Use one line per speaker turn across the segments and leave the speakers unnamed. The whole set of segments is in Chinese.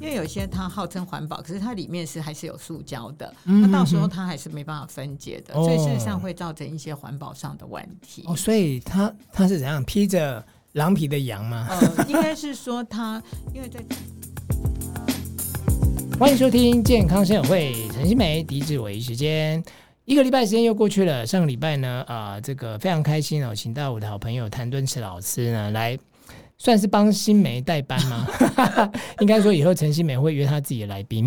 为有些它号称环保，可是它里面是还是有塑胶的，
嗯
那到
哼
时候
哼
它还是没办法分解的，
哦
所以事实上会造成一些环保上的问题。
哦，所以它它是怎样披着狼皮的羊吗？
呃，应该是说它因为在
欢迎收听健康生友会，陈新梅、狄志伟时间。一个礼拜时间又过去了，上个礼拜呢，啊、这个非常开心哦，请到我的好朋友谭敦慈老师呢来，算是帮新梅代班吗？ 应该说以后陈新梅会约她自己的来宾，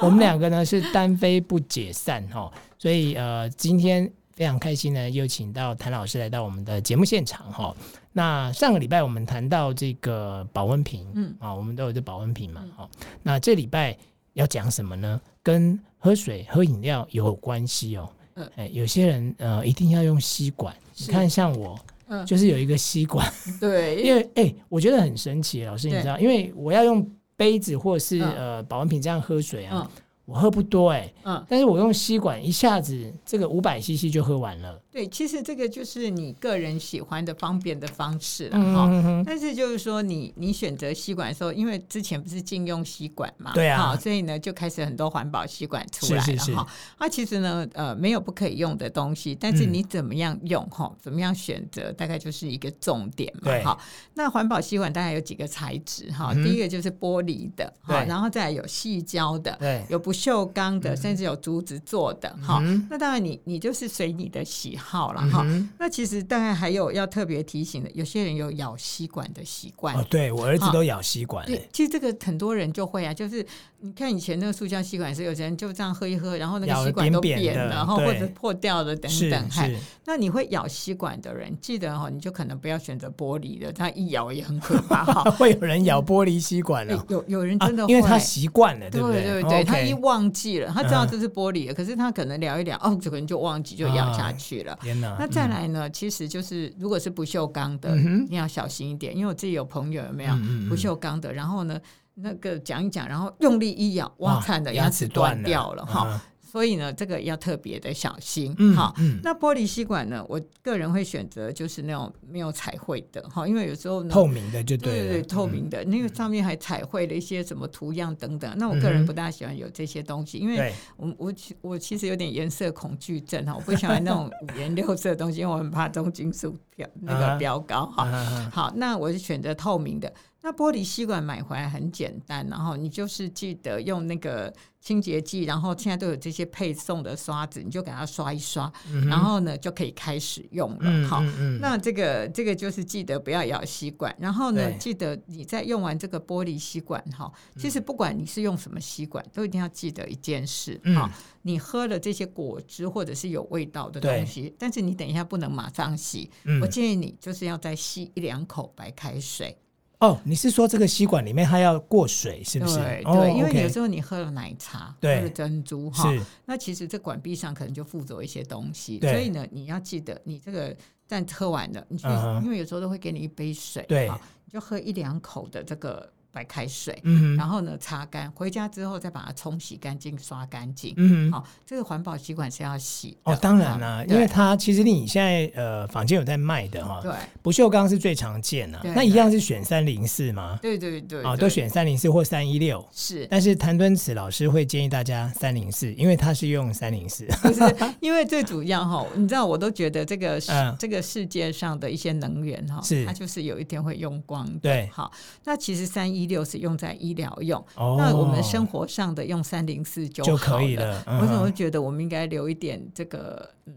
我们两个呢是单飞不解散哦，所以呃，今天非常开心呢，又请到谭老师来到我们的节目现场哈、哦。那上个礼拜我们谈到这个保温瓶，
嗯
啊、我们都有这保温瓶嘛，哦，那这礼拜要讲什么呢？跟喝水、喝饮料有关系哦。
嗯
哎，有些人呃一定要用吸管，你
是
看像我
嗯
就是有一个吸管，
对，
因为哎、我觉得很神奇，老师你
对
知道，因为我要用杯子或是、
嗯
呃保温瓶这样喝水啊，
嗯
我喝不多哎、
嗯，
但是我用吸管一下子这个五百 CC 就喝完了。
对，其实这个就是你个人喜欢的方便的方式了
嗯
哈。
哼哼
但是就是说你，你选择吸管的时候，因为之前不是禁用吸管嘛，
对啊
好，所以呢就开始很多环保吸管出来了哈。
是是是
它其实呢，呃，没有不可以用的东西，但是
嗯
你怎么样用哈、怎么样选择，大概就是一个重点嘛
对。
好，那环保吸管大概有几个材质哈、
嗯哼
第一个就是玻璃的，哈，
对
然后再来有细胶的，
对，
有不锈钢的，甚至有竹子做的哈、
嗯
那当然你，你就是随你的喜好了
嗯
哈。
哼
那其实大概还有要特别提醒的，有些人有咬吸管的习惯。
哦，对我儿子
好
都咬吸管、
对，其实这个很多人就会啊，就是你看以前那个塑胶吸管是有人就这样喝一喝，然后那
咬
个
得
吸管都
扁扁
扁
的
了，然后
对
或者破掉了等
是
等。嗨，
是，
那你会咬吸管的人，记得哦，你就可能不要选择玻璃的，它一咬也很可怕 哈。
会有人咬玻璃吸管了、
哎有有人嗯
啊
真的，会，
因为他习惯了，
对
不
对对，
对 OK
他一忘记了，他知
嗯
道
哼
这是玻璃的，可是他可能聊一聊，哦，这个人就忘记就咬
啊
下去了。
天哪！
那再来呢？其实就是如果是不锈钢的，
嗯哼
你要小心一点，因为我自己有朋友有没有、
嗯嗯嗯
不锈钢的，然后呢，那个讲一讲，然后用力一咬，哇，惨的
啊牙
牙
齿
齿
断
断掉了哈、
啊
所以呢，这个要特别的小心
嗯，
哈、
嗯，
那玻璃吸管呢，我个人会选择就是那种没有彩绘的哈，因为有时候呢。
透明的嗯就
对
了，
对，透明的，那个上面还彩绘了一些什么图样等等。那我个人
嗯哼
不大喜欢有这些东西，因
嗯
为
对，
我我其我其实有点颜色恐惧症哈，我不喜欢那种五颜六色的东西，因为我很怕重金属标那
啊
个标高哈。
啊
好，那我就选择透明的。那玻璃吸管买回来很简单，然后你就是记得用那个清洁剂，然后现在都有这些配送的刷子，你就给它刷一刷，然后呢就可以开始用了。
嗯
好，
嗯嗯，
那这个这个就是记得不要咬吸管，然后呢，
对
记得你在用完这个玻璃吸管哈，其实不管你是用什么吸管，都一定要记得一件事
嗯
哈、你喝了这些果汁或者是有味道的
对
东西，但是你等一下不能马上洗，
嗯
我建议你就是要再吸一两口白开水，
哦，你是说这个吸管里面它要过水是不是？
对对、
哦
因为你有
OK，
时候你喝了奶茶，喝
对
了珍珠哈，
是
那其实这管壁上可能就附着一些东西，
对
所以呢，你要记得你这个但喝完了，你去、
嗯哼
因为有时候都会给你一杯水，
对
好你就喝一两口的这个白开水，
嗯哼
然后呢擦干，回家之后再把它冲洗干净、刷干净。
嗯哼。
好，这个环保吸管是要洗的
哦，当然啦、
啊
因
对
为它其实你现在呃坊间有在卖的哈、
对
不锈钢是最常见的、
对
那一样是选三零四吗？
对对对
啊、
对
都选三零四或三一六，
是。
但是谭敦慈老师会建议大家三零四，因为他是用三零四，
不是，因为最主要哈，你知道，我都觉得这个世、
嗯
这个世界上的一些能源哈
是，
它就是有一天会用光的。
对
好，那其实三一六是用在医疗用，
哦
那我们生活上的用三零四就
就
好
可以
了。
了。
我怎
嗯
么
哼
觉得我们应该留一点这个嗯？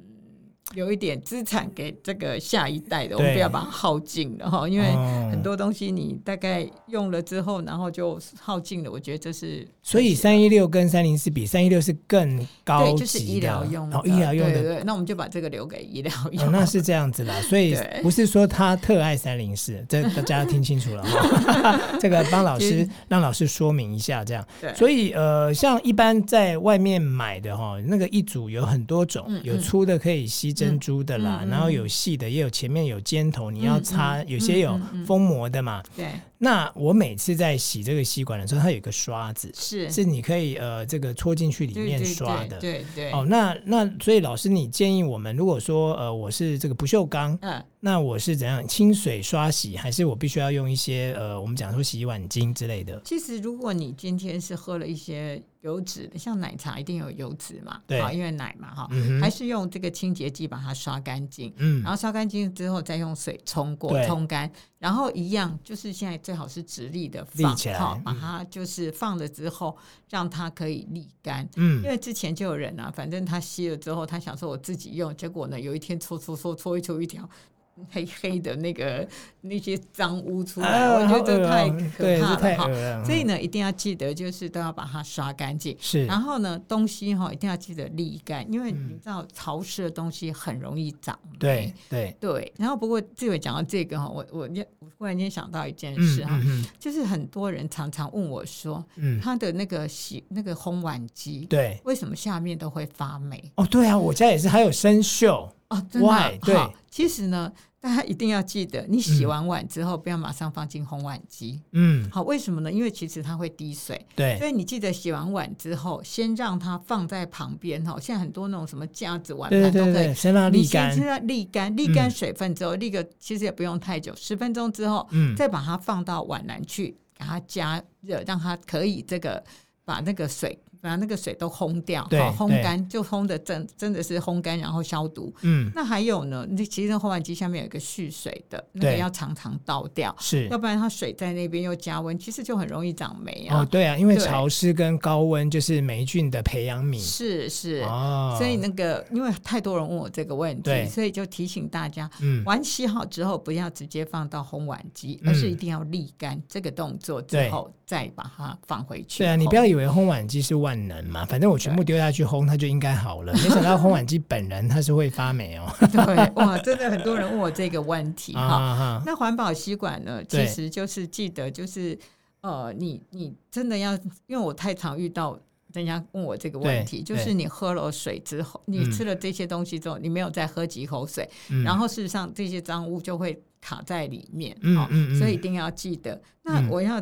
留一点资产给这个下一代的，我们
对
不要把它耗尽了哈，因为
哦
很多东西你大概用了之后，然后就耗尽了，我觉得这是
所以三一六跟三零四比，三一六是更高
对，
级的，
就是医疗用的，
哦，医疗用
对
的。
对对，那我们就把这个留给医疗用。
哦，那是这样子啦，所以
对
不是说他特爱三零四，这大家要听清楚了 哈。这个帮老
其
师
实
让老师说明一下，这样。
对，
所以呃，像一般在外面买的哈，那个一组有很多种，
嗯嗯
有粗的可以吸珍珠的啦，
嗯嗯嗯嗯
然后有细的，也有前面有尖头，你要擦，有些有
嗯嗯嗯
封膜的嘛。
对
那我每次在洗这个吸管的时候，它有一个刷子，
是
是你可以呃这个戳进去里
对
面
对
刷的。
对
哦
对对，
哦，那那所以老师，你建议我们如果说呃我是这个不锈钢，
嗯，
那我是怎样清水刷洗，还是我必须要用一些呃，我们讲说洗碗巾之类的？
其实，如果你今天是喝了一些油脂的，像奶茶一定有油脂嘛，
对
啊因为奶嘛哈，
嗯
还
哼，
是用这个清洁剂把它刷干净，
嗯
然后刷干净之后再用水冲过
对
冲干，然后一样就是现在最好是直立的
立
放
起来
好，把
嗯
它就是放了之后让它可以沥干。
嗯
因为之前就有人啊，反正他吸了之后，他想说我自己用，结果呢，有一天搓搓搓搓一出一条 黑黑的那个那些脏污出来，
啊
我觉得这
好
太
恶哦对，
可
这
怕
太
了哈
恶。了。
所以
嗯
呢，一定要记得，就是都要把它刷干净。
是嗯
然后呢，东西哈、一定要记得沥干，因为你知道潮湿的东西很容易长霉。
对对，
对。然后不过志伟讲到这个哈，我我我忽然间想到一件
嗯
事哈，
嗯嗯
就是啊很多人常常问我说，
嗯，
他的那个洗那个烘碗机
对。
为什么下面都会发霉？
哦，对啊，我家也是，还有生锈。
哦，真的啊
Why？
好
对，
其实呢，大家一定要记得，你洗完碗之后不要马上放进烘碗机。
嗯，
好，为什么呢？因为其实它会滴水，
对
所以你记得洗完碗之后，先让它放在旁边哈。现在很多那种什么架子、碗
对对
盘都
对
可
对，
以。
先让它
你
沥
先
干
先。让它沥干，沥干
嗯
水分之后，沥个其实也不用太久，十分钟之后，
嗯，
再把它放到碗篮去，给它加热，让它可以这个把那个水把那个水都烘掉，
对
好烘
对
干，就烘的真真的是烘干，然后消毒。
嗯，
那还有呢，你其实烘碗机下面有一个蓄水的，那个
对
要常常倒掉，
是
要。不然它水在那边又加温，其实就很容易长霉啊。
哦，对啊，因为
对
潮湿跟高温就是霉菌的培养皿。
是是，
哦，
所以那个因为太多人问我这个问
对
题，所以就提醒大家，
嗯，
碗洗好之后不要直接放到烘碗机，
嗯
而是一定要沥干这个动作之后再把它放回去。
对啊，你不要以为烘碗机是万能嘛，反正我全部丢下去烘，它就应该好了。没想到烘碗机本人它是会发霉 哦。
要对哇，真的很多人问我这个问题哈。
啊哈，
那环保吸管呢，
对
其实就是记得就是呃，你你真的要，因为我太常遇到。人家问我这个问题，就
对
是你喝了水之后，你
嗯
吃了这些东西之后，你没有再喝几口水，
嗯
然后事实上这些脏污就会卡在里面，
嗯
哦
嗯嗯
所以一定要记得。那
嗯
我要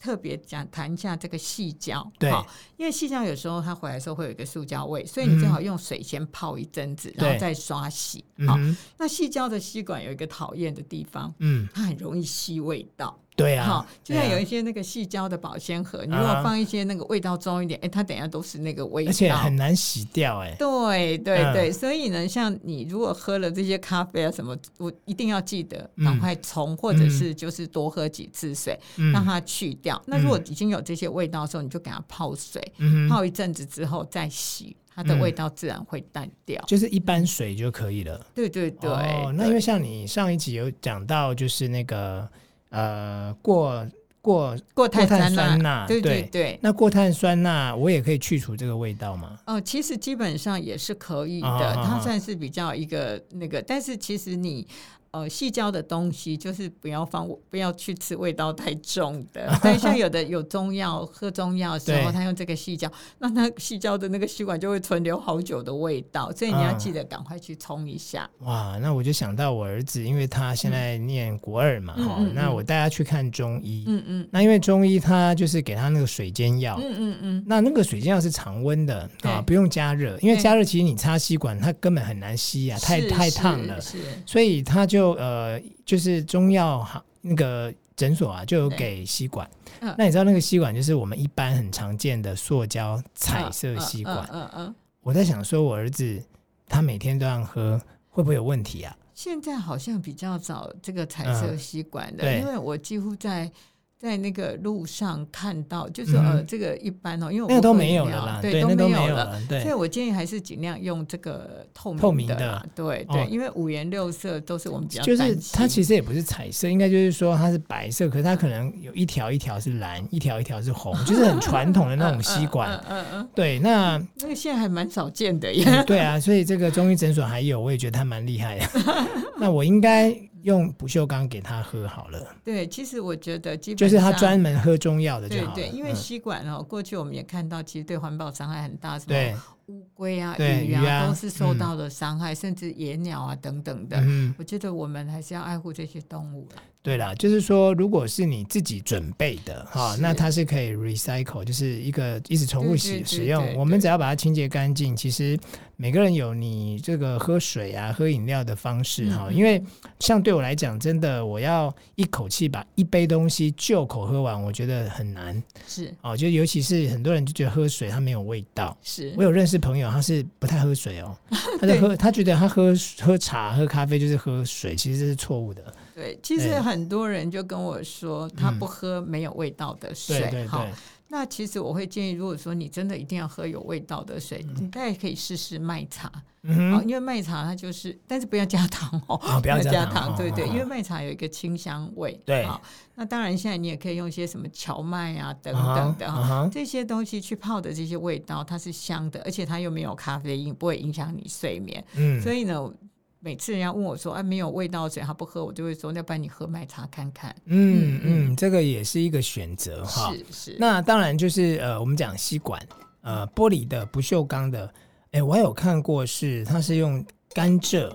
特别讲谈一下这个细胶，
对
哦因为细胶有时候它回来的时候会有一个塑胶味，所以你最好用水先泡一阵子，然
对
后再刷洗。
嗯
好、
哼
那细胶的吸管有一个讨厌的地方，
嗯，
它很容易吸味道。
对
好、
啊，
就像
对啊
有一些那个细胶的保鲜盒，你如
啊
果放一些那个味道重一点，哎、它等一下都是那个味道，
而且很难洗掉哎。
对对
嗯
对，所以呢，像你如果喝了这些咖啡啊什么，我一定要记得
嗯
赶快冲，或者是就是多喝几次水，
嗯
让它去掉。那如果已经有这些味道的时候，你就给它泡水，
嗯哼，
泡一阵子之后再洗，它的
嗯
味道自然会淡掉。
就是一般水就可以了。
对对对，
哦，那
对
因为像你上一集有讲到，就是那个呃过过
过碳
碳酸
钠，
钠，
对对对。
那过碳酸钠我也可以去除这个味道吗？
哦，其实基本上也是可以
啊啊
的，
啊
它算是比较一个那个，但是其实你呃细胶的东西就是不要放，不要去吃味道太重 的。但像有的有中药，喝中药的时
对
候，他用这个细胶，那它细胶的那个吸管就会存留好久的味道，所以你要
嗯
记得赶快去冲一下。
哇，那我就想到我儿子，因为他现在念国二嘛，
嗯
哈、
嗯嗯
那我带他去看中医。
嗯嗯
那因为中医他就是给他那个水煎药，
嗯嗯嗯，
那那个水煎药是常温的啊，
对
不用加热，因为
对
加热其实你插吸管它根本很难吸啊，太
是
太烫了。
是是
所以他就呃，就是中药行那个诊所啊，就有给吸管。
嗯
那你知道那个吸管就是我们一般很常见的塑胶彩色吸管。
嗯嗯嗯嗯，
我在想说，我儿子他每天都要喝，会不会有问题啊？
现在好像比较早这个彩色吸管的，
嗯对
因为我几乎在在那个路上看到，就是、
嗯
呃，这个一般哦，因为我
那个都
不喝
没有
饮料
了啦，
对，
对，那
没
没
了。
了，
所以
对，
我建议还是尽量用这个透
透明
明
的
啦对
哦
对，因为五颜六色都是我们比较
就是
担心
它其实也不是彩色，应该就是说它是白色，可是它可能有一条一条是蓝，一条一条是红，就是很传统的那种吸管。
嗯嗯嗯，
对，那
那个现在还蛮少见的耶。
嗯对啊，所以这个中医诊所还有，我也觉得他蛮厉害的。那我应该用不锈钢给他喝好了，
对，其实我觉得基本
就是他
上
专门喝中药的就
对
好了。
对，因为
嗯
吸管哦，过去我们也看到，其实对环保伤害很大，什么
对
乌龟啊、
对
鱼
鱼啊
啊都是受
嗯
到了伤害，甚至野鸟啊等等的。
嗯，
我觉得我们还是要爱护这些动物啦。
对啦，就是说，如果是你自己准备的哈，
是
那它是可以 recycle，就是一个一直重复
对
使
对对
使用。
对
我们
对
只要把它清洁干净，其实每个人有你这个喝水啊、喝饮料的方式哈。
嗯嗯
因为像对我来讲，真的我要一口气把一杯东西就口喝完，我觉得很难
是
哦。就尤其是很多人就觉得喝水它没有味道。
是
我，有认识朋友，他是不太喝水 哦，他在喝，他觉得他喝喝茶、喝咖啡就是喝水，其实这是错误的。
对，其实
对
很多人就跟我说，他
嗯
不喝没有味道的
对对
水，
对
好，，那其实我会建议，如果说你真的一定要喝有味道的水，你大概可以试试麦茶，
嗯哼
哦，因为麦茶它就是，但是不要加糖哦，
啊，不要
加
糖，
对对，
哦
因为麦茶有一个清香味，
对
好那当然，现在你也可以用一些什么荞麦啊等
啊哈
等的
啊
哈。
哈
这些东西去泡的这些味道，它是香的，而且它又没有咖啡因，不会影响你睡眠。
嗯，
所以呢，每次人家问我说：“啊，没有味道的水，他不喝。”我就会说：“要不然你喝麦茶看看。
嗯嗯，这个也是一个选择哦哈。
是”是是，
那当然就是呃，我们讲吸管，呃，玻璃的、不锈钢的，哎，我还有看过是它是用甘蔗。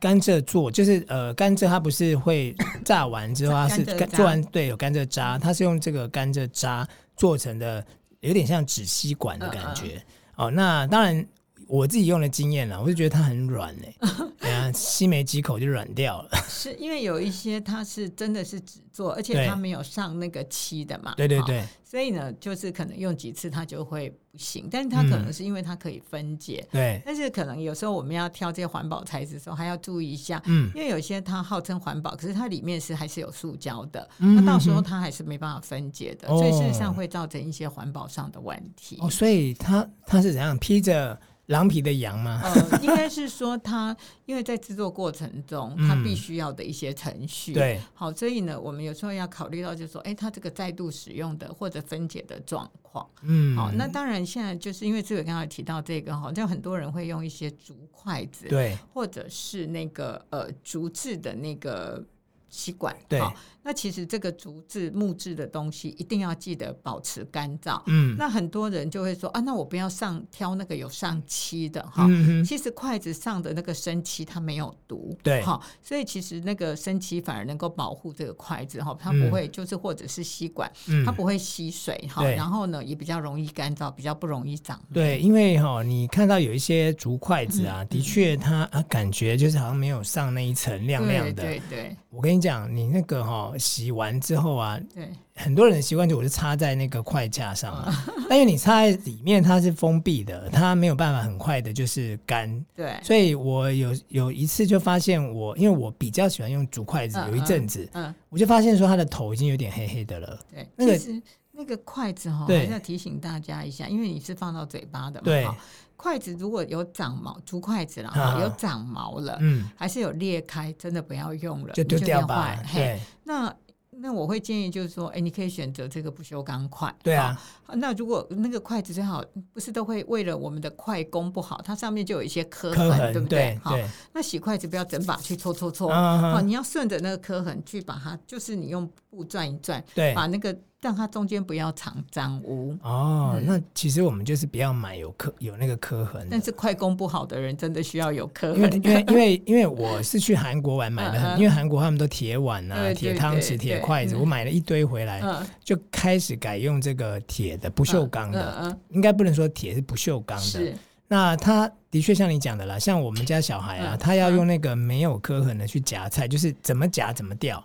甘蔗做就是呃，甘蔗它不是会榨完 之后，它是
甘蔗
甘
渣
做完对有甘蔗渣，它是用这个甘蔗渣做成的，有点像纸吸管的
嗯
感
嗯
觉。哦，那当然我自己用的经验啦，我就觉得它很软 嘞、哎呀，吸没几口就软掉了。
是因为有一些它是真的是只做，而且
对
它没有上那个漆的嘛。
对对
好
对，
所以呢，就是可能用几次它就会不行，但是它可
嗯
能是因为它可以分解，
对，
但是可能有时候我们要挑这些环保材质的时候，还要注意一下，
嗯，
因为有些它号称环保，可是它里面是还是有塑胶的，
嗯
那到时候
嗯
它还是没办法分解的，
哦
所以事实上会造成一些环保上的问题。
哦，所以它它是怎样披着狼皮的羊吗？
呃，应该是说它，因为在制作过程中，它必须要的一些程序。
嗯对，
好，所以呢，我们有时候要考虑到，就是说，哎，它这个再度使用的或者分解的状况。
嗯，
好，那当然现在就是因为志伟刚才提到这个，好像很多人会用一些竹筷子，
对
或者是那个呃竹制的那个吸管。
对，
好那其实这个竹制木质的东西一定要记得保持干燥。
嗯，
那很多人就会说啊，那我不要上挑那个有上漆的哈。
嗯哼
其实筷子上的那个生漆它没有毒，
对
好，所以其实那个生漆反而能够保护这个筷子哈，它
嗯
不会就是或者是吸管，
嗯
它不会吸水哈，
对
然后呢也比较容易干燥，比较不容易长霉。
对，因为哈、你看到有一些竹筷子啊，
嗯
的确它啊感觉就是好像没有上那一层亮亮的。
对对
我跟你讲，你那个哈、洗完之后啊，
对对，
很多人的习惯就我是插在那个筷架上嘛，
啊
但因为你插在里面它是封闭的，它没有办法很快的就是干。
对，
所以我有有一次就发现我，因为我比较喜欢用竹筷子，
嗯
有一阵子、
嗯，
我就发现说它的头已经有点黑黑的了。
对，
那个
其实那个筷子哈、
对
还是要提醒大家一下，因为你是放到嘴巴的嘛，
对
哈筷子如果有长毛，竹筷子啦，
啊
哈有长毛了，
嗯，
还是有裂开，真的不要用了，
就
你
丢掉
变
吧
坏。嘿，
对
那那我会建议就是说，哎，你可以选择这个不锈钢筷，
对啊，
好。那如果那个筷子最好不是都会为了我们的筷工不好，它上面就有一些磕
磕
痕，对
痕
不
对
好，
对，
那洗筷子不要整把去搓搓搓，
啊
哦，你要顺着那个磕痕去把它，就是你用布转一转，
对
把那个让它中间不要藏脏污。嗯
哦，那其实我们就是不要买有磕有那个磕痕的
但。是快攻不好的人真的需要有磕
因为
痕
因为因为因为我是去韩国玩买的
嗯
很，
嗯
因为韩国他们都铁碗啊、
对对
铁汤匙、
对
铁
对
筷子，
嗯
我买了一堆回来，
嗯，
就开始改用这个铁的哎不锈钢的，
嗯嗯
应该不能说铁是不锈钢
嗯，
的，
是
那他的确像你讲的啦，像我们家小孩啊，
嗯
他要用那个没有磕痕的去夹菜，就是怎么夹怎么掉。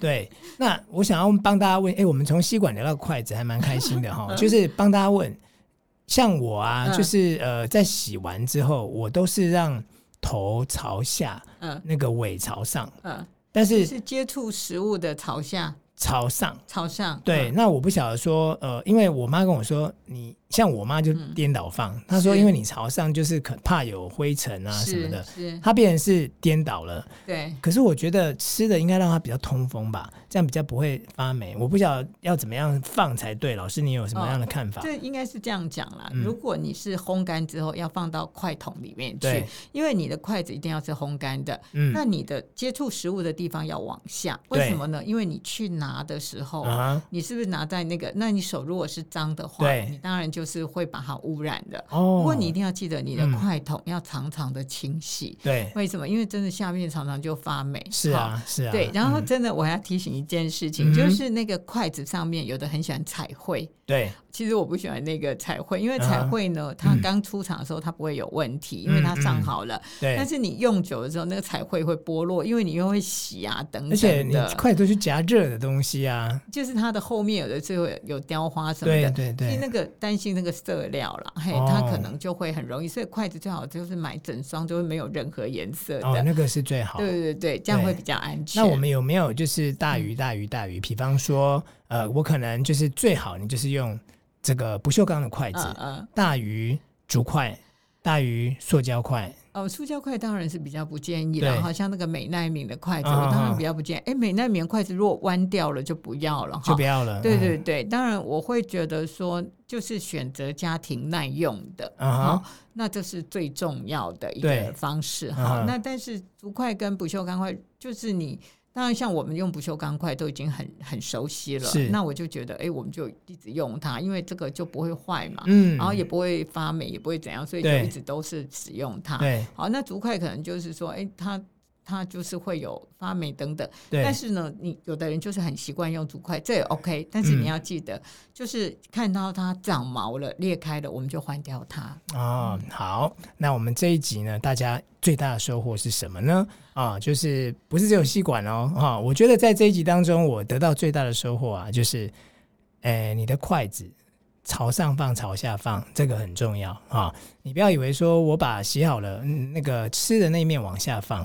对那我想要帮大家问，哎、我们从吸管聊到筷子，还蛮开心 的哈。就是帮大家问，像我啊，
嗯
就是呃，在洗完之后，我都是让头朝下，
嗯
那个尾朝上，
嗯，
但是
是接触食物的朝下
朝上。
朝上，
对，
嗯
那我不晓得说，呃，因为我妈跟我说，你像我妈就颠倒放，她
嗯
说
是
因为你朝上就是可怕有灰尘啊什么
嗯是
的，
是，
它变成是颠倒了。
对，
可是我觉得吃的应该让它比较通风吧，这样比较不会发霉。我不晓得要怎么样放才对，老师你有什么样的看法？
这应该是这样讲啦。
嗯
如果你是烘干之后要放到筷筒里面去
对，，
因为你的筷子一定要是烘干的，
嗯
那你的接触食物的地方要往下，
对
为什么呢？因为你去拿的时候。
啊，
你是不是拿在那个？那你手如果是脏的话，
对
你当然就就是会把它污染的。
哦，
不过你一定要记得，你的
嗯
快桶要常常的清洗。
对
为什么？因为真的下面常常就发霉。
是
好。
啊是啊，
对，然后
嗯
真的我还要提醒一件事情，
嗯
就是那个筷子上面有的很喜欢彩绘，
对
其实我不喜欢那个彩绘，因为
啊
彩绘呢，它刚出厂的时候它不会有问题，
嗯
因为它上好了。
对，
但是你用久了之后，那个彩绘会剥落，因为你又会洗啊等
而且
等
你
的，
筷子都是夹热的东西啊，
就是它的后面有的最后有雕花什么
对
的。
对
所以
对，
那个担心那个色料啦，嘿，
哦
它可能就会很容易，所以筷子最好就是买整双，就是没有任何颜色的。
哦，那个是最好。
对对对，这样
对
会比较安全。
那我们有没有就是大
嗯
鱼大鱼大鱼？比方说，呃，我可能就是最好你就是用这个不锈钢的筷子，
嗯嗯
大鱼竹筷，大鱼塑胶筷，
哦，塑胶筷当然是比较不建议
对
了，好像那个美奈敏的筷子，
啊
我当
啊啊
然比较不建议。哎、美奈敏的筷子如果弯掉了就不要了
就
哈
不。要了。
对
嗯
对对，当然我会觉得说，就是选择家庭耐用的，
啊哈
好，那这是最重要的一
对
个方式
啊
哈。
哈
那但是竹筷跟不锈钢筷，就是你当然像我们用不锈钢筷都已经很很熟悉了
是，
那我就觉得哎、我们就一直用它，因为这个就不会坏嘛，
嗯，
然后也不会发霉，也不会怎样，所以就
对
一直都是使用它。
对
好，那竹筷可能就是说，哎、它它就是会有发霉等等。但
对
是呢，你有的人就是很习惯用竹筷，这也 OK。但是
嗯
你要记得，就是看到它长毛了、裂开了，我们就换掉它。
哦，好，那我们这一集呢，大家最大的收获是什么呢？啊，就是不是只有吸管哦，啊，我觉得在这一集当中，我得到最大的收获啊，就是，哎，你的筷子朝上放、朝下放，这个很重要啊。你不要以为说我把洗好了、嗯、那个吃的那一面往下放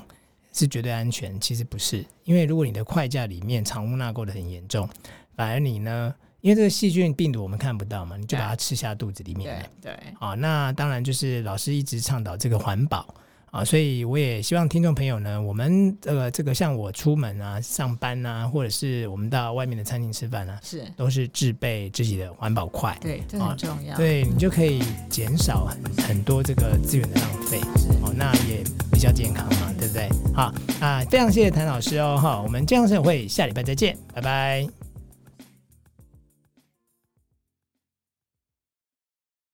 是绝对安全，其实不是，因为如果你的筷架里面藏污纳垢的很严重，反而你呢，因为这个细菌病毒我们看不到嘛，你就把它吃下肚子里面了
对。对，
啊，那当然就是老师一直倡导这个环保啊，所以我也希望听众朋友呢，我们呃这个像我出门啊、上班啊，或者是我们到外面的餐厅吃饭啊，
是，
都是自备自己的环保筷，
对，这
啊
很重要。
对你就可以减少很很多这个资源的浪费
是
哦，那也比较健康嘛，对不对？好啊，非常谢谢谭老师哦，哈，我们健康生活会下礼拜再见，拜拜。